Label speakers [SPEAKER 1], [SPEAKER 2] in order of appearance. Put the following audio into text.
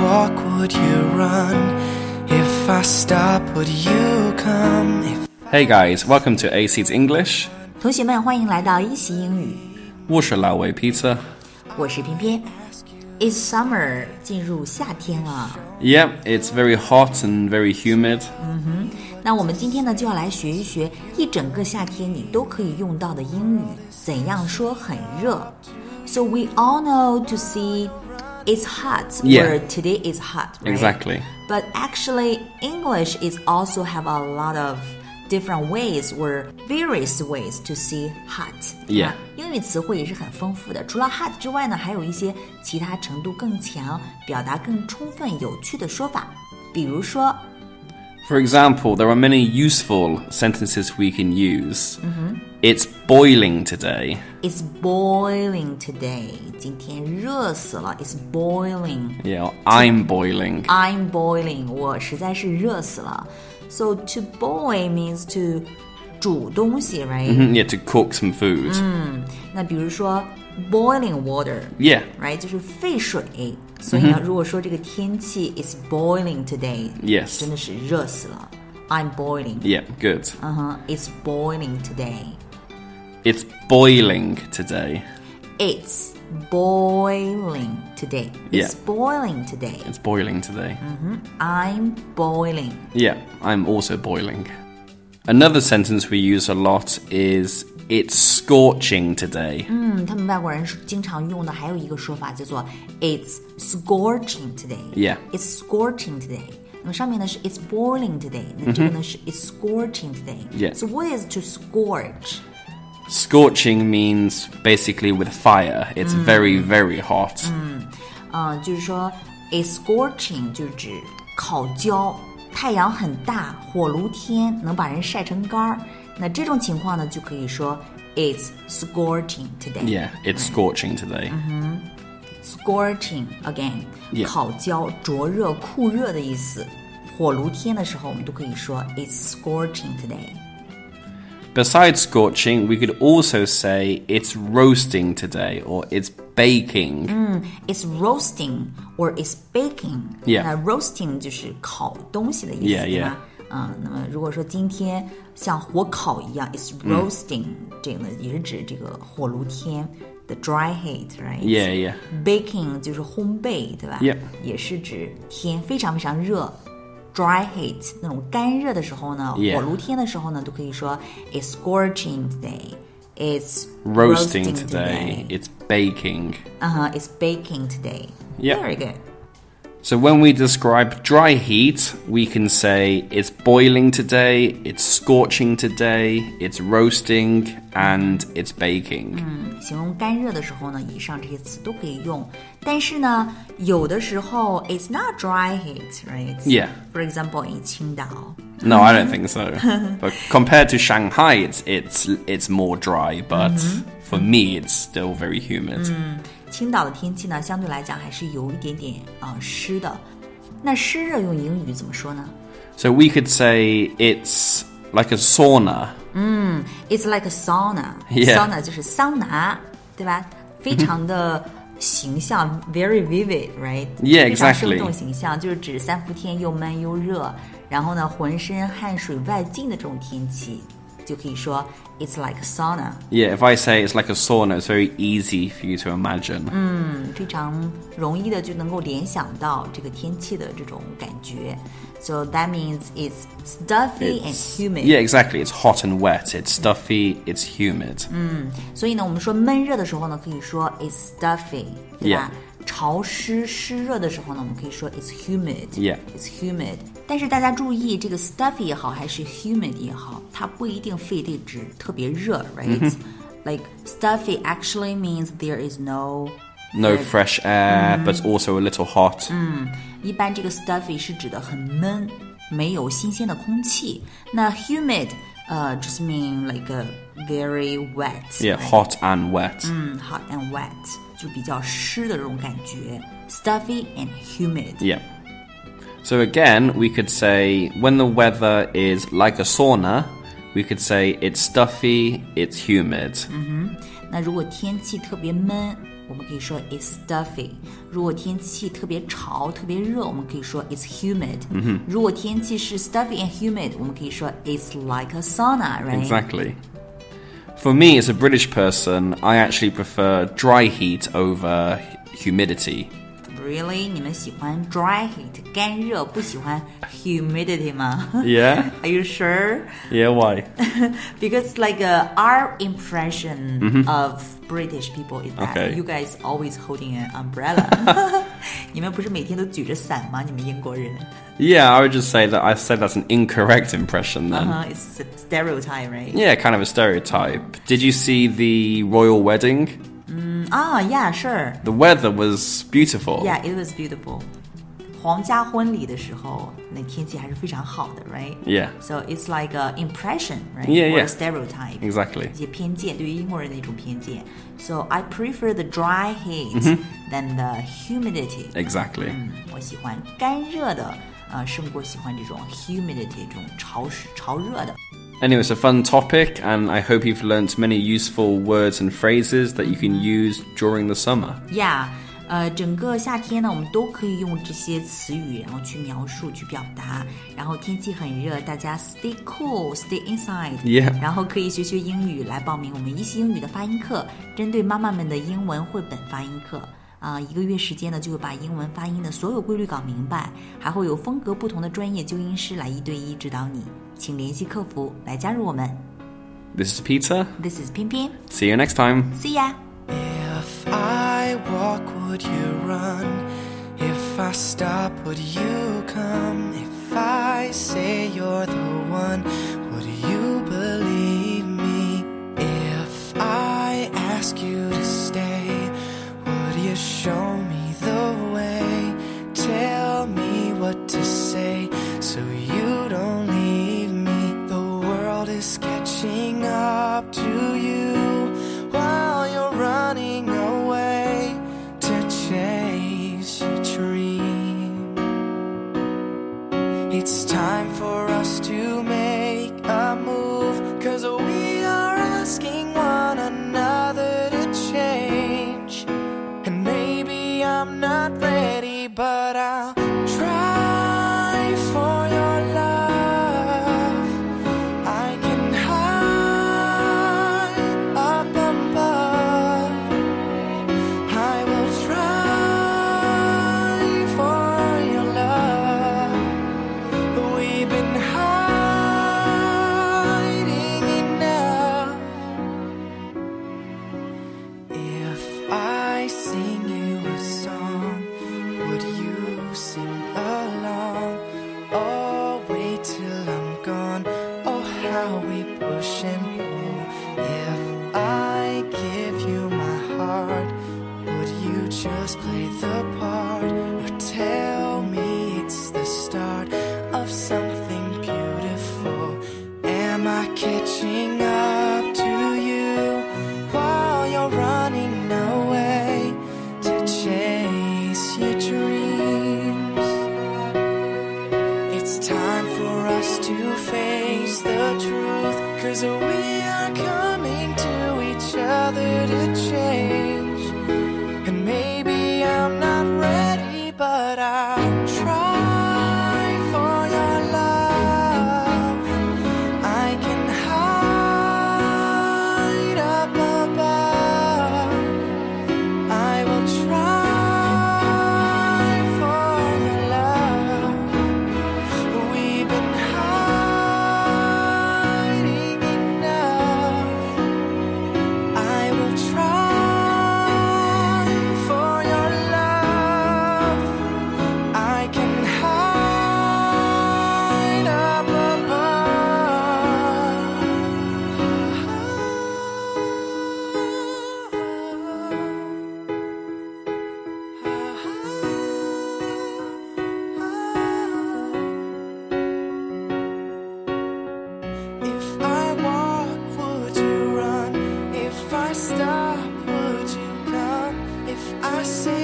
[SPEAKER 1] walk, would you run? If I stop, would you come? If
[SPEAKER 2] Hey guys, welcome to AC's English.
[SPEAKER 3] 同学们，欢迎来到一席英语，
[SPEAKER 2] 我是老维 Pizza.
[SPEAKER 3] 我是偏偏。It's summer，进入夏天了。
[SPEAKER 2] Yep, it's very hot and very humid.
[SPEAKER 3] 那我们今天呢，就要来学一学一整个夏天你都可以用到的英语，怎样说很热。So we all know to see it's hot
[SPEAKER 2] Yeah.
[SPEAKER 3] or today is hot. right?
[SPEAKER 2] Exactly.
[SPEAKER 3] But actually, English is also have a lot of different ways or various ways to see hot.
[SPEAKER 2] Yeah.
[SPEAKER 3] 啊英语词汇也是很丰富的，除了 hot 之外呢，还有一些其他程度更强、表达更充分、有趣的说法，比如说
[SPEAKER 2] For example, there are many useful sentences we can use. It's boiling today.
[SPEAKER 3] "It's boiling today." 今天热死了。It's boiling.
[SPEAKER 2] Yeah, or I'm boiling.
[SPEAKER 3] I'm boiling，我实在是热死了。So to boil means to 煮东西，right？、
[SPEAKER 2] Mhm, Yeah, to cook some food.
[SPEAKER 3] 那比如说 boiling water。
[SPEAKER 2] Yeah,
[SPEAKER 3] right 就是沸水，所以呢，如果说这个天气 is boiling today，
[SPEAKER 2] Yes
[SPEAKER 3] 真的是热死了。I'm boiling，
[SPEAKER 2] yeah, good.
[SPEAKER 3] 嗯哼、i t s boiling today。
[SPEAKER 2] It's boiling today.
[SPEAKER 3] It's boiling today.
[SPEAKER 2] Yeah
[SPEAKER 3] It's boiling today.
[SPEAKER 2] It's boiling today.
[SPEAKER 3] I'm boiling.
[SPEAKER 2] Yeah, I'm also boiling. Another sentence we use a lot is it's scorching today.
[SPEAKER 3] 嗯，他们外国人是经常用的还有一个说法叫做 It's scorching today.
[SPEAKER 2] Yeah.
[SPEAKER 3] It's scorching today. 那么上面呢是 It's boiling today，那这个
[SPEAKER 2] 嗯
[SPEAKER 3] 呢是 It's scorching today.
[SPEAKER 2] Yeah.
[SPEAKER 3] So what is to scorch?
[SPEAKER 2] Scorching means basically with fire. It's very, very hot.
[SPEAKER 3] 呃，就是说，it's scorching 就是指烤焦，太阳很大，火炉天能把人晒成干儿。那这种情况呢，就可以说 it's scorching today。
[SPEAKER 2] Yeah, it's scorching today.
[SPEAKER 3] scorching again，、
[SPEAKER 2] Yeah
[SPEAKER 3] 烤焦、灼热、酷热的意思。火炉天的时候，我们都可以说 it's scorching today。
[SPEAKER 2] Besides scorching, we could also say it's roasting today or it's baking.
[SPEAKER 3] It's roasting or it's baking。
[SPEAKER 2] Yeah
[SPEAKER 3] 那 roasting 就是烤东西的意思
[SPEAKER 2] Yeah,
[SPEAKER 3] 对吧？嗯，那么如果说今天像火烤一样，it's
[SPEAKER 2] Mm
[SPEAKER 3] roasting，、这个呢也是指这个火炉天，the dry heat，right？
[SPEAKER 2] Yeah, yeah.
[SPEAKER 3] Baking 就是烘焙，对吧
[SPEAKER 2] Yeah
[SPEAKER 3] 也是指天非常非常热，dry heat 那种干热的时候呢
[SPEAKER 2] Yeah
[SPEAKER 3] 火炉天的时候呢，都可以说 it's scorching today，it's
[SPEAKER 2] Roasting,
[SPEAKER 3] roasting
[SPEAKER 2] today,
[SPEAKER 3] today
[SPEAKER 2] it's baking.
[SPEAKER 3] 嗯哼 i t s baking today.
[SPEAKER 2] Yeah.
[SPEAKER 3] Very good.
[SPEAKER 2] So when we describe dry heat, we can say it's boiling today, it's scorching today, it's roasting, and it's baking.
[SPEAKER 3] 形容干热的时候呢，以上这些词都可以用。但是呢，有的时候 it's not dry heat, right?
[SPEAKER 2] Yeah.
[SPEAKER 3] For example, in 青岛
[SPEAKER 2] No, I don't think so. but compared to Shanghai, it's it's it's more dry, but
[SPEAKER 3] Mm-hmm.
[SPEAKER 2] for me, it's still very humid.
[SPEAKER 3] Mm. 青岛的天气呢，相对来讲还是有一点点啊、呃湿的。那湿热用英语怎么说呢
[SPEAKER 2] So we could say it's like a sauna.
[SPEAKER 3] ？It's like a sauna.
[SPEAKER 2] Yeah.
[SPEAKER 3] Sauna 就是桑拿，对吧？非常的形象，very vivid, right?
[SPEAKER 2] Yeah,
[SPEAKER 3] 非常生
[SPEAKER 2] exactly.
[SPEAKER 3] 动形象，就是指三伏天又闷又热，然后呢浑身汗水外浸的这种天气，就可以说 It's like a sauna，
[SPEAKER 2] Yeah, if I say it's like a sauna, it's very easy for you to imagine.
[SPEAKER 3] 嗯非常容易的就能够联想到这个天气的这种感觉。So that means it's stuffy and
[SPEAKER 2] It's-
[SPEAKER 3] humid. Mm.
[SPEAKER 2] Yeah, exactly. It's hot and wet. It's stuffy. It's humid.
[SPEAKER 3] 所以呢，我们说闷热的时候呢，可以说 it's stuffy，对吧潮湿、湿热的时候呢，我们可以说 it's humid，it's
[SPEAKER 2] Yeah
[SPEAKER 3] humid。但是大家注意，这个 stuffy 也好，还是 humid 也好，它不一定非得指特别热，right？、
[SPEAKER 2] Mm-hmm。
[SPEAKER 3] Like stuffy actually means there is no
[SPEAKER 2] No fresh air, but
[SPEAKER 3] Mm.
[SPEAKER 2] also a little hot.
[SPEAKER 3] 一般这个 stuffy 是指的很闷，没有新鲜的空气。那 humid 呃、just mean like a very wet。
[SPEAKER 2] Yeah, hot and wet.
[SPEAKER 3] hot and wet，就比较湿的这种感觉，stuffy and humid。
[SPEAKER 2] Yeah. So again, we could say when the weather is like a sauna, we could Mm-hmm. say it's stuffy, it's humid.
[SPEAKER 3] 那如果天气特别闷我们可以说 it's stuffy。如果天气特别潮、特别热，我们可以说 it's humid。如果天气是 stuffy and humid，我们可以说 it's like a sauna，right？
[SPEAKER 2] Exactly. For me, as a British person, I actually prefer dry heat over hu- humidity.
[SPEAKER 3] Really？你们喜欢 dry heat 干热，不喜欢 humidity 吗
[SPEAKER 2] Yeah?
[SPEAKER 3] ？Are you sure?
[SPEAKER 2] Yeah, why?
[SPEAKER 3] Because like uh, our impression of British people is that
[SPEAKER 2] Mm-hmm. Okay.
[SPEAKER 3] you guys always holding an umbrella. 你们不是每天都举着伞吗？你们英国人
[SPEAKER 2] Yeah, I would just say that I said that's an incorrect impression then.
[SPEAKER 3] 啊、i t s Uh, a stereotype, right?
[SPEAKER 2] Yeah, kind of a stereotype. Did you see the royal wedding?
[SPEAKER 3] Ah, yeah, sure.
[SPEAKER 2] The weather was beautiful.
[SPEAKER 3] Yeah, it was beautiful. 皇家婚礼的时候，那天气还是非常好的，right?
[SPEAKER 2] Yeah.
[SPEAKER 3] So it's like a impression, right?
[SPEAKER 2] Yeah,
[SPEAKER 3] Or a
[SPEAKER 2] yeah.
[SPEAKER 3] stereotype.
[SPEAKER 2] Exactly.
[SPEAKER 3] 一些偏见，对于英国人的一种偏见。So I prefer the dry heat than the humidity.
[SPEAKER 2] Exactly.
[SPEAKER 3] 嗯，我喜欢干热的，呃，胜过喜欢这种 humidity 这种潮湿潮热的。
[SPEAKER 2] Anyway, it's a fun topic, and I hope you've learnt many useful words and phrases that you can use during the summer.
[SPEAKER 3] Yeah，呃，整个夏天呢，我们都可以用这些词语，然后去描述、去表达。然后天气很热，大家 stay cool，stay inside。
[SPEAKER 2] Yeah
[SPEAKER 3] 然后可以学学英语，来报名我们一席英语的发音课，针对妈妈们的英文绘本发音课。啊、一个月时间呢，就会把英文发音的所有规律搞明白，还会有风格不同的专业纠音师来一对一指导你。请联系客服来加入我们。
[SPEAKER 2] This is Peter.
[SPEAKER 3] This is 偏偏
[SPEAKER 2] See you next time.
[SPEAKER 3] ，See ya。
[SPEAKER 1] If I walk, would you run? If I stop, would you come? If I say you're the one, would you believe me? If I ask you to stay, would you show me the way? Tell me what to say so you don't leave me. The world is catching up to you while you're running away to chase your dream. It's time for us to make a move. Cause we are asking one another to change. And maybe I'm not ready, but I'll try for your love. I can hide up above. I will try for your love. We've been hiding enough. If I sing you a song, would you sing along? Or wait till I'm gone? Oh, how we push and pull. If I give you my heart, would you just play the part? Or tell me it's the start of something beautiful? Am I catching up to you? while you're running away to chase your dreams. It's time for us to face the truth, cause we are coming to each other to change. And maybe I'm not ready, but I'll try for your love. I can hide up above. I will try for your love. We've been hiding enough. I will try for your love. I can hide up above. If I walk, would you run? If I stop, would you come? If I say